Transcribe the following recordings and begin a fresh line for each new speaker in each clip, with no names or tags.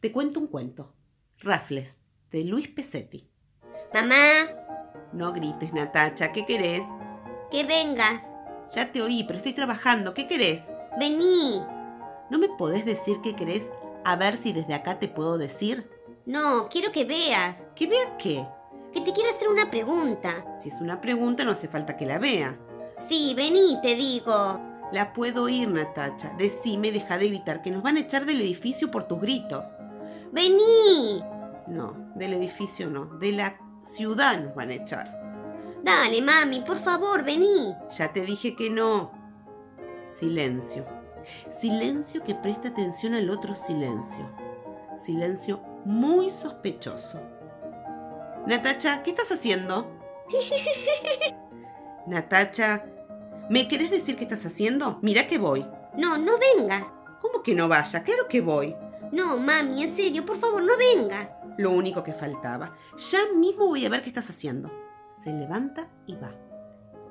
Te cuento un cuento. Raffles, de Luis Pesetti.
Mamá,
No grites, Natacha, ¿qué querés?
que vengas.
Ya te oí, pero estoy trabajando, ¿qué querés?
Vení.
¿No me podés decir qué querés? A ver si desde acá te puedo decir.
No, quiero que veas.
¿Que vea qué?
Que te quiero hacer una pregunta.
Si es una pregunta, no hace falta que la vea.
Sí, vení, te digo.
La puedo oír, Natacha. Decime, deja de gritar, que nos van a echar del edificio por tus gritos.
Vení.
No, del edificio no, de la ciudad nos van a echar.
Dale, mami, por favor, vení.
Ya te dije que no. Silencio. Silencio que presta atención al otro silencio. Silencio muy sospechoso. Natacha, ¿qué estás haciendo? Natacha, ¿me querés decir qué estás haciendo? Mira que voy.
No, no vengas.
¿Cómo que no vaya? Claro que voy.
No, mami, en serio, por favor, no vengas.
Lo único que faltaba. Ya mismo voy a ver qué estás haciendo. Se levanta y va.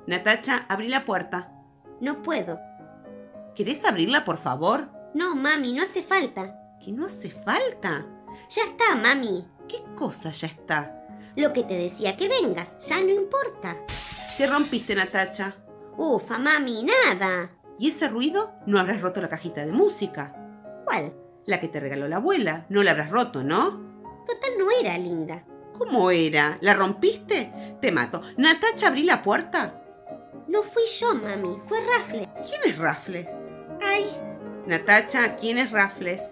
Natacha, abrí la puerta.
No puedo.
¿Querés abrirla, por favor?
No, mami, no hace falta.
Que no hace falta.
Ya está, mami.
¿Qué cosa ya está?
Lo que te decía que vengas, ya no importa.
Te rompiste, Natacha.
Ufa, mami, nada.
¿Y ese ruido? No habrás roto la cajita de música.
¿Cuál?
La que te regaló la abuela. No la habrás roto, ¿no?
Total no era linda.
¿Cómo era? ¿La rompiste? Te mato. Natacha, abrí la puerta.
No fui yo, mami, fue Rafle.
¿Quién es Raffles?
Ay,
Natacha, ¿quién es Raffles?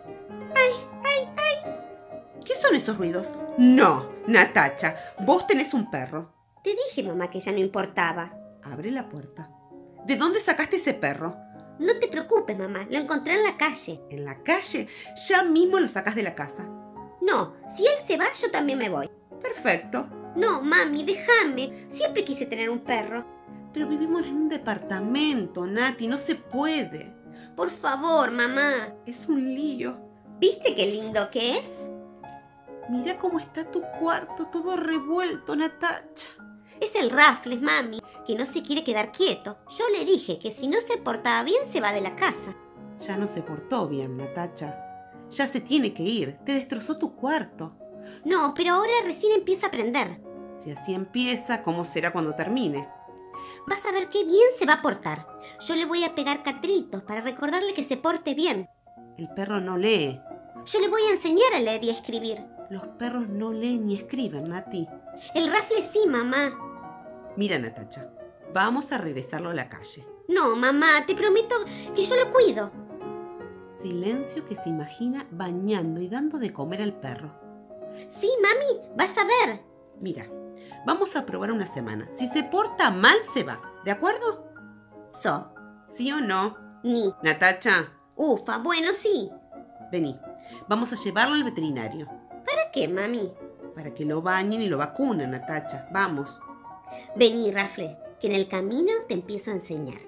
¡Ay, ay, ay! ¿Qué son esos ruidos? No, Natacha, vos tenés un perro.
te dije, mamá, que ya no importaba.
Abre la puerta. ¿De dónde sacaste ese perro?
No te preocupes, mamá, lo encontré en la calle.
¿En la calle? Ya mismo lo sacás de la casa.
No, si él se va, yo también me voy.
Perfecto.
No, mami, déjame. Siempre quise tener un perro.
Pero vivimos en un departamento, Nati, no se puede.
Por favor, mamá.
Es un lío.
¿Viste qué lindo que es?
Mira cómo está tu cuarto, todo revuelto, Natacha.
Es el Rafles, mami, que no se quiere quedar quieto. Yo le dije que si no se portaba bien se va de la casa.
Ya no se portó bien, Natacha. Ya se tiene que ir. Te destrozó tu cuarto.
No, pero ahora recién empieza a aprender.
Si así empieza, ¿cómo será cuando termine?
Vas a ver qué bien se va a portar. Yo le voy a pegar catritos para recordarle que se porte bien.
El perro no lee.
Yo le voy a enseñar a leer y a escribir.
Los perros no leen ni escriben, Nati.
El rafle sí, mamá.
Mira, Natacha, vamos a regresarlo a la calle.
No, mamá, te prometo que yo lo cuido.
Silencio que se imagina bañando y dando de comer al perro.
Sí, mami, vas a ver.
Mira, vamos a probar una semana. Si se porta mal, se va. ¿De acuerdo?
So,
¿Sí o no?
ni.
Natacha,
Ufa, bueno, sí.
vení. Vamos a llevarlo al veterinario.
¿Para qué, mami?
Para que lo bañen y lo vacunen, Natacha. Vamos.
Vení, rafle, que en el camino te empiezo a enseñar.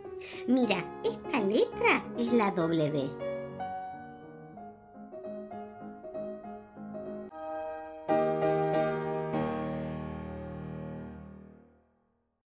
Mira, esta letra es la W.